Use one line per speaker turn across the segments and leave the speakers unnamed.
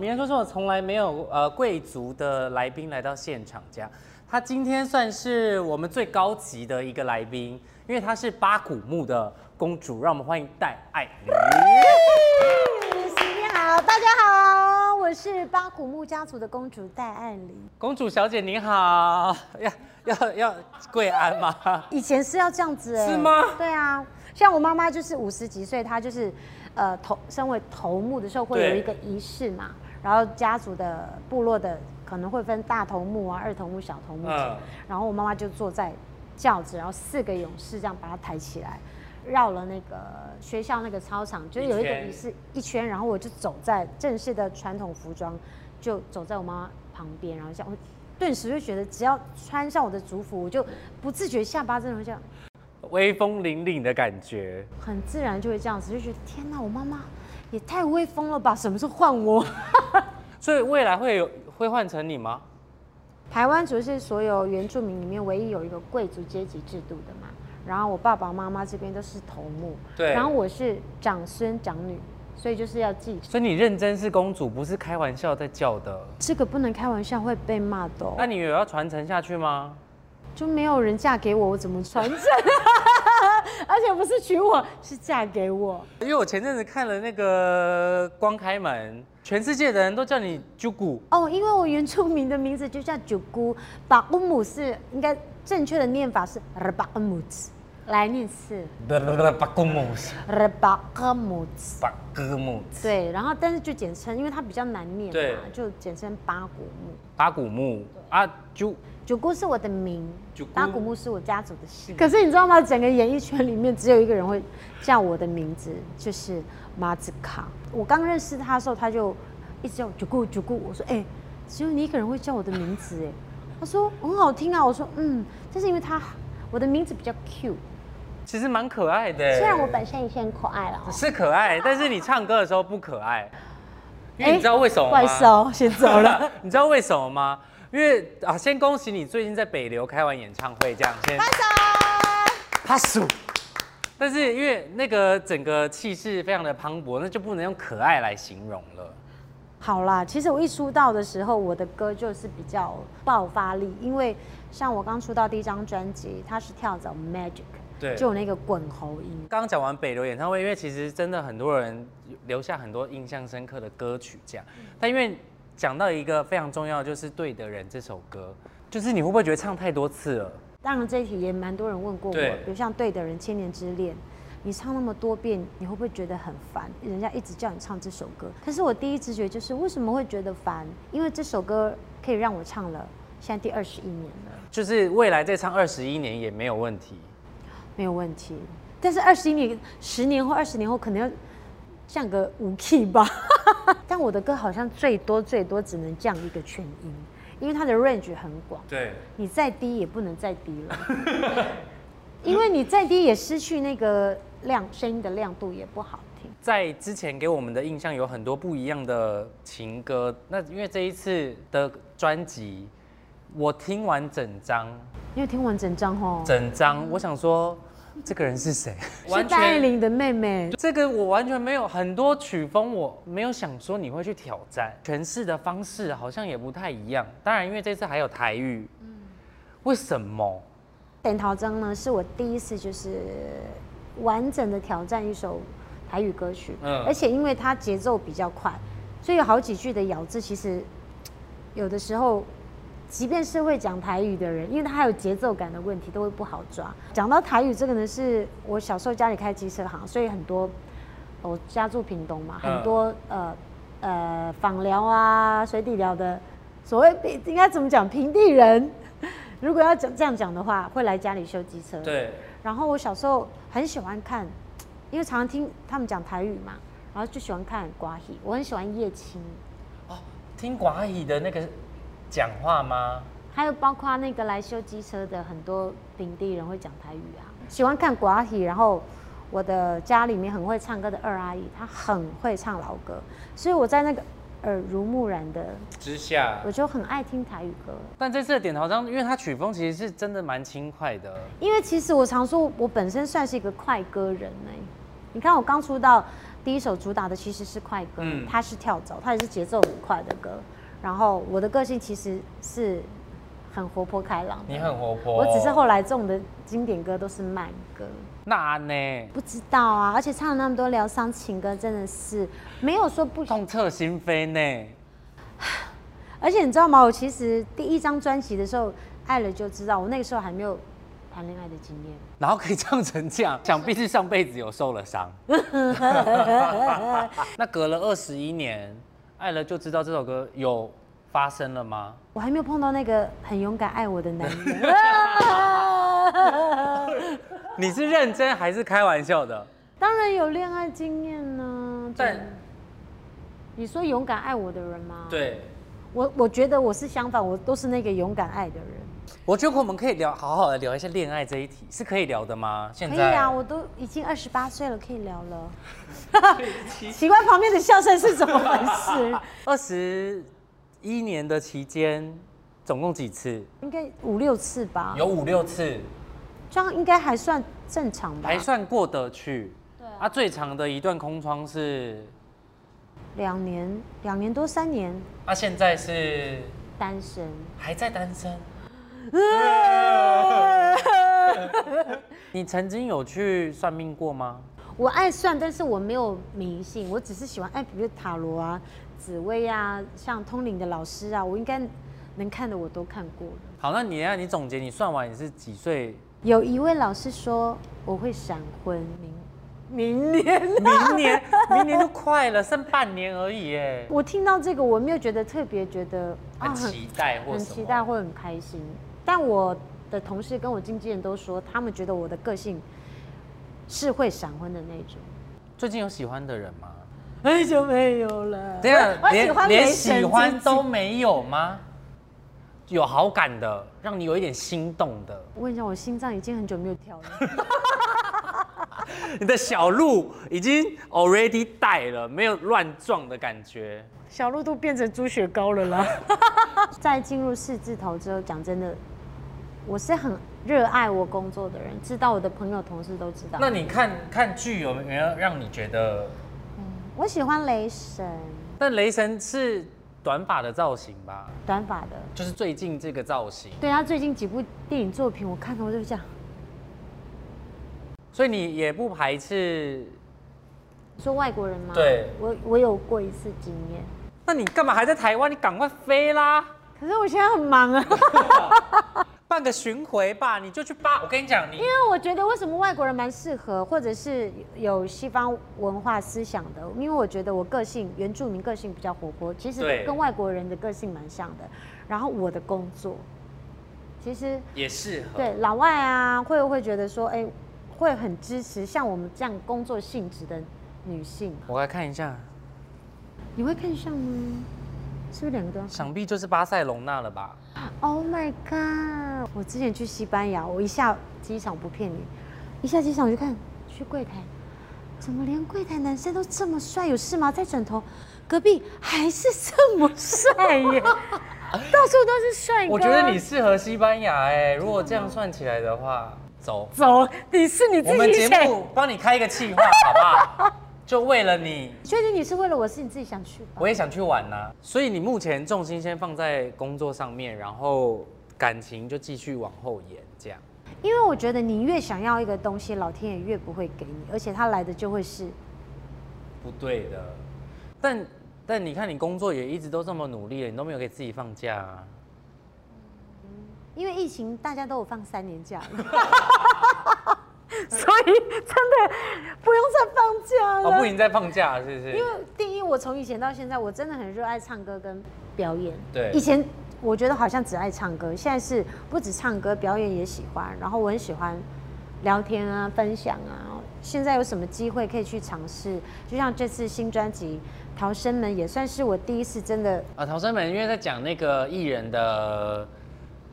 明言说是我从来没有呃贵族的来宾来到现场这样，他今天算是我们最高级的一个来宾，因为她是八古墓的公主，让我们欢迎戴爱玲。
新年好，大家好，我是巴古木家族的公主戴爱玲。
公主小姐您好，要要要跪安吗？
以前是要这样子、欸，
是吗
对啊，像我妈妈就是五十几岁，她就是呃头身为头目的时候会有
对
一个仪式嘛，然后家族的部落的可能会分大头目啊、二头目、小头目，
嗯
然后我妈妈就坐在轿子，然后四个勇士这样把她抬起来。绕了那个学校那个操场，就是有一
一
个
圈
仪式一圈，然后我就走在正式的传统服装，就走在我妈妈旁边，然后这样，我顿时就觉得只要穿上我的族服，我就不自觉下巴真的会这样，
威风凛凛的感觉，
很自然就会这样子，就觉得天哪，我妈妈也太威风了吧！什么时候换我？
所以未来会有会换成你吗？
台湾族是所有原住民里面唯一有一个贵族阶级制度的嘛。然后我爸爸妈妈这边都是头目，
对
然后我是长孙长女，所以就是要继承。
所以你认真是公主，不是开玩笑在叫的。
这个不能开玩笑，会被骂的、哦。
那你有要传承下去吗？
就没有人嫁给我，我怎么传承？而且不是娶我，是嫁给我。
因为我前阵子看了那个《光开门》，全世界的人都叫你朱古，
哦，因为我原住民的名字就叫九姑，巴乌姆是应该正确的念法是 r b a k m u t 来念是
巴古姆斯，
r b a k m u t
巴古姆，
对，然后但是就简称，因为它比较难念
对
嘛，就简称巴古木。
巴古木啊，朱
九姑是我的名
九姑，
巴古木是我家族的姓。可是你知道吗？整个演艺圈里面只有一个人会叫我的名字，就是马子卡。我刚认识他的时候，他就一直叫我九姑九姑。我说：“哎、只有你一个人会叫我的名字。”哎，他说很好听啊。我说：“嗯，但是因为他我的名字比较 Q，
其实蛮可爱的。
虽然我本身也是很可爱了。”
是可爱，但是你唱歌的时候不可爱，因为你知道为什么吗？
哎怪兽先走了。
你知道为什么吗？因为啊，先恭喜你最近在北流开完演唱会，这样先拍手，拍手。但是因为那个整个气势非常的磅礴，那就不能用可爱来形容了。
好啦，其实我一出道的时候，我的歌就是比较爆发力，因为像我刚出道第一张专辑，它是跳蚤 Magic，
对
就有那个滚喉音。
刚刚讲完北流演唱会，因为其实真的很多人留下很多印象深刻的歌曲，这样。但因为讲到一个非常重要，就是《对的人》这首歌，就是你会不会觉得唱太多次了？
当然这一题也蛮多人问过我，
对
比如像《对的人》《千年之恋》，你唱那么多遍，你会不会觉得很烦？人家一直叫你唱这首歌，可是我第一直觉就是为什么会觉得烦？因为这首歌可以让我唱了，现在第二十一年了。
就是未来再唱二十一年也没有问题。
没有问题。但是二十一年、十年后、二十年后，可能要降个五 key 吧。 但我的歌好像最多最多只能降一个全音，因为它的 range 很广，
对，
你再低也不能再低了，因为你再低也失去那个亮声音的亮度，也不好听。
在之前给我们的印象有很多不一样的情歌，那因为这一次的专辑，我听完整张，
因为听完整张吼，
整张，我想说这个人是谁？
是戴爱玲的妹妹，
这个我完全没有很多曲风，我没有想说你会去挑战诠释的方式，好像也不太一样。当然，因为这次还有台语，为什么？
沈桃章呢，是我第一次就是完整的挑战一首台语歌曲，
嗯
而且因为它节奏比较快，所以有好几句的咬字其实有的时候。即便是会讲台语的人，因为他还有节奏感的问题，都会不好抓。讲到台语这个呢，是我小时候家里开机车行，所以很多我家住屏东嘛，
嗯
很多呃呃访寮啊、水底寮的所谓平应该怎么讲平地人，如果要讲这样讲的话，会来家里修机车。。
对，
然后我小时候很喜欢看，因为常常听他们讲台语嘛，然后就喜欢看瓜戏。我很喜欢叶青，
哦，听寡语的那个讲话吗？
还有包括那个来修机车的很多平地人会讲台语啊，喜欢看寡戏。然后我的家里面很会唱歌的二阿姨，她很会唱老歌，所以我在那个耳濡目染的，
之下
我就很爱听台语歌。
但这次的点头章，因为它曲风其实是真的蛮轻快的，
欸因为其实我常说，我本身算是一个快歌人哎、你看我刚出道，第一首主打的其实是快歌，
嗯
它是跳蚤，它也是节奏很快的歌。然后我的个性其实是很活泼开朗的，
你很活泼。
我只是后来中的经典歌都是慢歌。
那呢，
不知道啊，而且唱了那么多疗伤情歌，真的是没有说不
痛彻心扉呢。
而且你知道吗？我其实第一张专辑的时候，《爱了就知道》，我那个时候还没有谈恋爱的经验。
然后可以唱成这 样，想必是上辈子有受了伤。那隔了二十一年，爱了就知道这首歌有发生了吗？
我还没有碰到那个很勇敢爱我的男人。
你是认真还是开玩笑的？
当然有恋爱经验呢、
但
对你说勇敢爱我的人吗？，
对，
我我觉得我是相反，我都是那个勇敢爱的人。
我觉得我们可以聊，好好的聊一下恋爱这一题，是可以聊的吗？现
可
在
以啊，我都已经二十八岁了，可以聊了。
奇
奇怪，旁边的笑声是怎么回事？
二十一年的期间，总共几次？
应该五六次吧，
有五六次，
这样应该还算正常吧
还？算过得去。
对啊
啊，最长的一段空窗是，
两年，两年多三年
啊，现在是
单身。
还在单身。啊 你曾经有去算命过吗？
我爱算，但是我没有迷信，我只是喜欢哎爱，比如塔罗啊、紫薇啊，像通灵的老师啊，我应该能看的我都看过了。
好，那你啊，你总结，你算完你是几岁？
有一位老师说我会闪婚，明明年。
明 年，明年就快了，剩半年而已耶。
我听到这个，我没有觉得特别觉得啊
啊很期待或
很
什
期
么？
待或很开心。但我的同事跟我经纪人都说，他们觉得我的个性是会闪婚的那种。
最近有喜欢的人吗？
很久哎没有了
等一下
我喜欢
连
雷神
喜欢
自己
都没有吗？有好感的，让你有一点心动的，
我跟你讲，我心脏已经很久没有跳了。
你的小鹿已经 already 带了，没有乱撞的感觉。
小鹿都变成猪血糕了啦。 在进入四字头之后，讲真的，我是很热爱我工作的人，知道我的朋友同事都知道。
那你看看剧有没有让你觉得？
我喜欢雷神，
但雷神是短发的造型吧？
短发的。
就是最近这个造型，
对他最近几部电影作品，我看了我就这样。
所以你也不排斥。
你说外国人吗？
对
我我有过一次经验，
那你干嘛还在台湾？你赶快飞啦！
可是我现在很忙啊，
办个巡回吧，你就去吧。我跟你讲，你
因为我觉得为什么外国人蛮适合，或者是有西方文化思想的，因为我觉得我个性原住民个性比较活泼，其
对
实跟外国人的个性蛮像的。然后我的工作，其实
也适合。
对老外啊，会会觉得说，哎、会很支持像我们这样工作性质的女性，
我来看一下，
你会看上吗？是不是两个都要看？
想必就是巴塞隆纳了吧？
Oh my god！我之前去西班牙，我一下机场不骗你，一下机场我就看去柜台，怎么连柜台男生都这么帅？有事吗？在枕头隔壁还是这么帅耶， 到处都是帅哥。
我觉得你适合西班牙哎、如果这样算起来的话，走，
走，你是你自
我们
己
节
选。
目帮你开一个计划，好不好？就为了你，
确定你是为了我是你自己想去吧？
我也想去玩呐、所以你目前重心先放在工作上面，然后感情就继续往后延，这样。
因为我觉得你越想要一个东西，老天爷越不会给你，而且他来的就会是
不对的。但但你看，你工作也一直都这么努力了，你都没有给自己放假啊。
因为疫情，大家都有放三年假了，所以真的不用再放假
哦，
了。
不行，再放假了是不是
啊因？为第一，我从以前到现在，我真的很热爱唱歌跟表演。
对
以前我觉得好像只爱唱歌，现在是不止唱歌，表演也喜欢。然后我很喜欢聊天啊，分享啊。现在有什么机会可以去尝试？就像这次新专辑《逃生门》，也算是我第一次真的
啊，逃生门因为在讲那个艺人的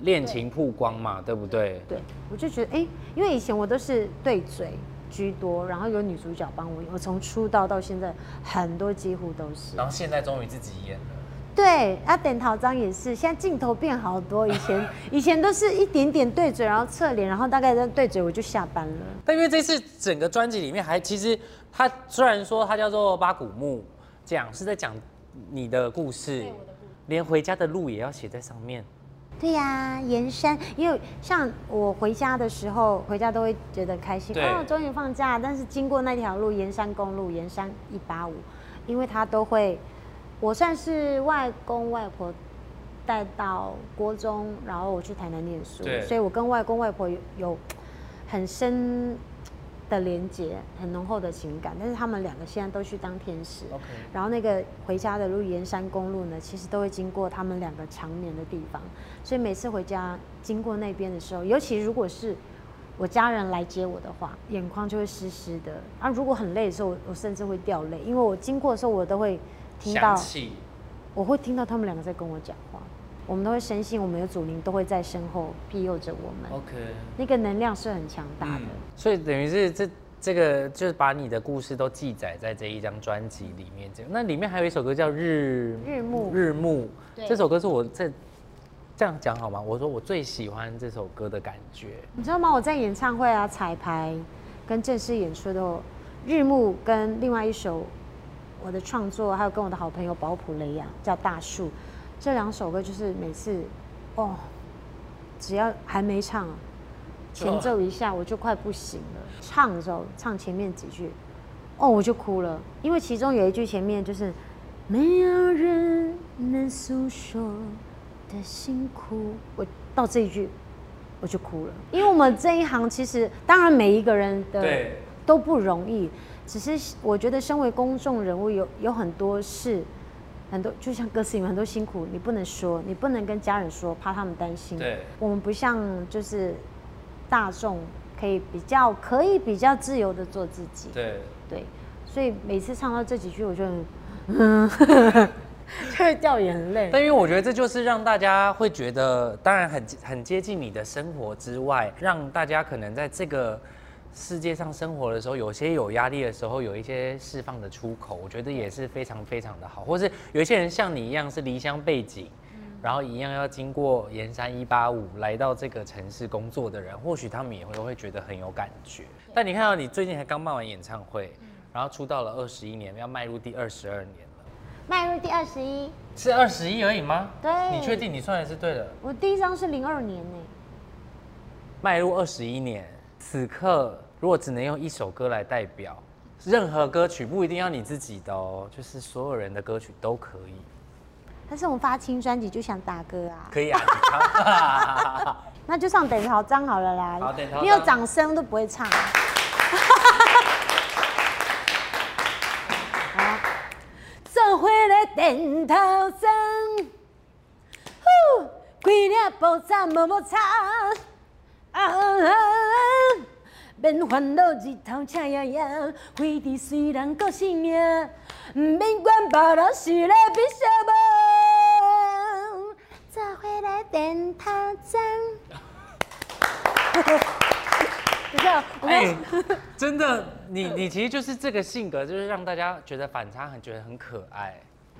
恋情曝光嘛，对不对？
对，我就觉得哎、诶因为以前我都是对嘴居多，然后有女主角帮我演，我从出道到现在很多几乎都是。
然后现在终于自己演了。
对，啊，等陶张也是，现在镜头变好多，以前以前都是一点点对嘴，然后侧脸，然后大概在对嘴我就下班了。
但因为这次整个专辑里面还其实它虽然说它叫做八股木，讲是在讲你的故事，连回家的路也要写在上面。
对呀、延伸，因为像我回家的时候，回家都会觉得开心，
对
哦，终于放假了。但是经过那条路，盐山公路，盐山一八五，因为它都会，我算是外公外婆带到国中，然后我去台南念书
对，
所以我跟外公外婆有有很深的连结，很浓厚的情感。但是他们两个现在都去当天使。
OK，
然后那个回家的路，沿山公路呢，其实都会经过他们两个常年的地方，所以每次回家经过那边的时候，尤其如果是我家人来接我的话，眼眶就会湿湿的。啊，如果很累的时候，我我甚至会掉泪，因为我经过的时候，我都会听
想
到，
起
我会听到他们两个在跟我讲话，我们都会深信我们有祖灵都会在身后庇佑着我们，
OK，嗯
那个能量是很强大的。
所以等于是这这个就是把你的故事都记载在这一张专辑里面。这样，那里面还有一首歌叫《日
日暮
日暮
对
这首歌是我在这样讲好吗？我说我最喜欢这首歌的感觉。
你知道吗？我在演唱会啊、彩排跟正式演出都有日暮跟另外一首我的创作，还有跟我的好朋友保普雷亚叫大树，这两首歌就是每次哦，只要还没唱，前奏一下我就快不行了。唱的时候唱前面几句，哦我就哭了，因为其中有一句前面就是没有人能诉说的辛苦，我到这一句我就哭了，因为我们这一行其实当然每一个人的
对
都不容易，只是我觉得身为公众人物有有很多事。很多就像歌词里面很多辛苦，你不能说，你不能跟家人说，怕他们担心。
对，
我们不像就是大众，可以比较可以比较自由的做自己。
对，
对，所以每次唱到这几句，我就很嗯， 就会掉眼泪。
但因为我觉得这就是让大家会觉得，当然很很接近你的生活之外，让大家可能在这个世界上生活的时候，有些有压力的时候，有一些释放的出口，我觉得也是非常非常的好。或是有一些人像你一样是离乡背景。然后一样要经过盐山一八五来到这个城市工作的人，或许他们也会会觉得很有感觉。但你看到你最近才刚办完演唱会，然后出道了二十一年，要迈入第二十二年了，
迈入第二十一，
是二十一而已吗？
对
你确定你算的是对的？
我第一张是零二年呢、
迈入二十一年，此刻如果只能用一首歌来代表，任何歌曲不一定要你自己的哦，就是所有人的歌曲都可以。
但是我们发新专辑就想打歌啊，
可以啊，你 唱
那就上等桃章好了啦。
好等桃章
你有掌声都不会 唱。好啊做伙来点头灯，呼，规粒步骤无无差，啊啊啊！免烦恼日头赤呀呀，非得虽然搁性命，毋免管别人是咧比什么。做伙来点头灯。等一下，我们要、
哎，真的，你你其实就是这个性格，就是让大家觉得反差很觉得很可爱。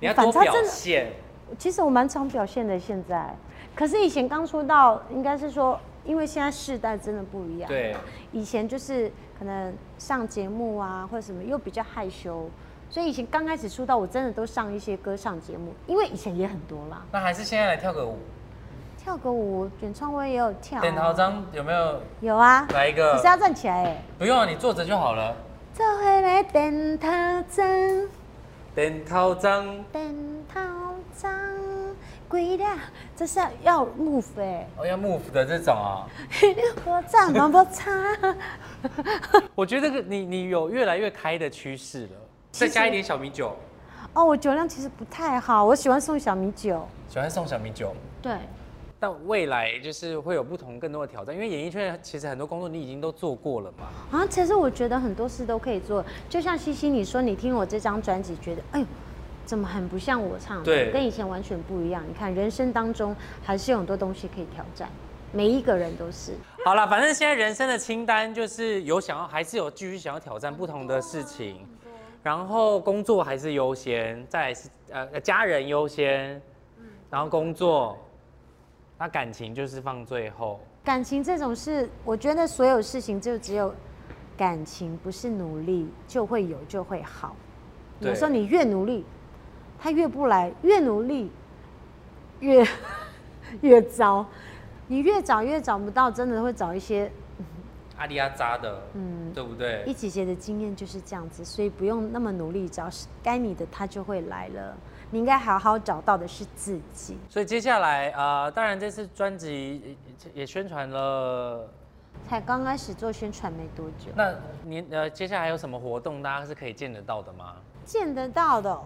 你要多
反差
表
真的
现，
其实我蛮常表现的，现在。可是以前刚出道，应该是说，因为现在世代真的不一样。。
对，
以前就是可能上节目啊，或者什么，又比较害羞，所以以前刚开始出道，我真的都上一些歌上节目，因为以前也很多啦，
那还是现在来跳个舞。
跳个舞，演唱会也有跳、
点头，章有没有
有啊。
来一个
可是要站起来哎。
不用啊，你坐着就好了。
做伙来点头针。
点头章，
灯头张鬼亮，这是要 move 哎、
哦，要 move 的这种啊、
我站毛不差，
我觉得这个你你有越来越开的趋势了，再加一点小米酒，
哦，我酒量其实不太好，我喜欢送小米酒。
喜欢送小米酒。
对，
但未来就是会有不同更多的挑战，因为演艺圈其实很多工作你已经都做过了嘛。
啊，其实我觉得很多事都可以做，就像西西你说，你听我这张专辑，觉得哎呦，怎么很不像我唱的，
对
跟以前完全不一样。你看，人生当中还是有很多东西可以挑战，每一个人都是。
好了，反正现在人生的清单就是有想要，还是有继续想要挑战不同的事情，然后工作还是优先，再来是呃家人优先，然后工作，那感情就是放最后。
感情这种事，我觉得所有事情就只有感情不是努力就会有就会好，
对
有时候你越努力，他越不来，越努力越 越糟，你越找越找不到，真的会找一些
阿里阿扎的，
嗯。
对不对
一？起姐的经验就是这样子，所以不用那么努力，只要是该你的，他就会来了。你应该好好找到的是自己。
所以接下来啊、呃当然这次专辑也也宣传了，
才刚开始做宣传没多久，
那您呃接下来有什么活动大家是可以见得到的吗？
见得到的哦、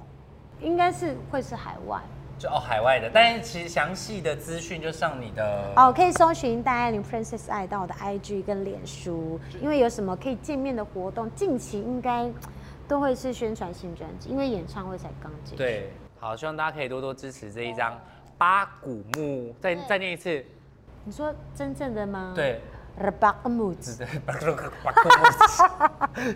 应该是会是海外
就哦海外的，但是其实详细的资讯就上你的
哦，可以搜寻戴爱玲 Princess 爱到我的 IG 跟脸书，因为有什么可以见面的活动，近期应该都会是宣传新专辑，因为演唱会才刚结束。
对，好，希望大家可以多多支持这一张八古墓，再
对嗯
再念一次，
你说真正的吗？
对， 嗯
r a b a m u
是的，八古八古墓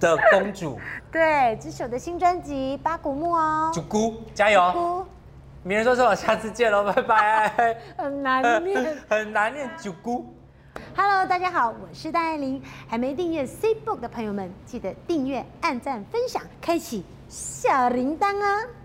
的公主
对，这是我的新专辑《八古墓》哦。
主姑，加油！
哭，
名人说说，下次见喽，拜拜。
很难念。
很难念九姑。
Hello，大家好，我是戴爱玲。还没订阅 C Book 的朋友们，记得订阅、按赞、分享，开启小铃铛啊！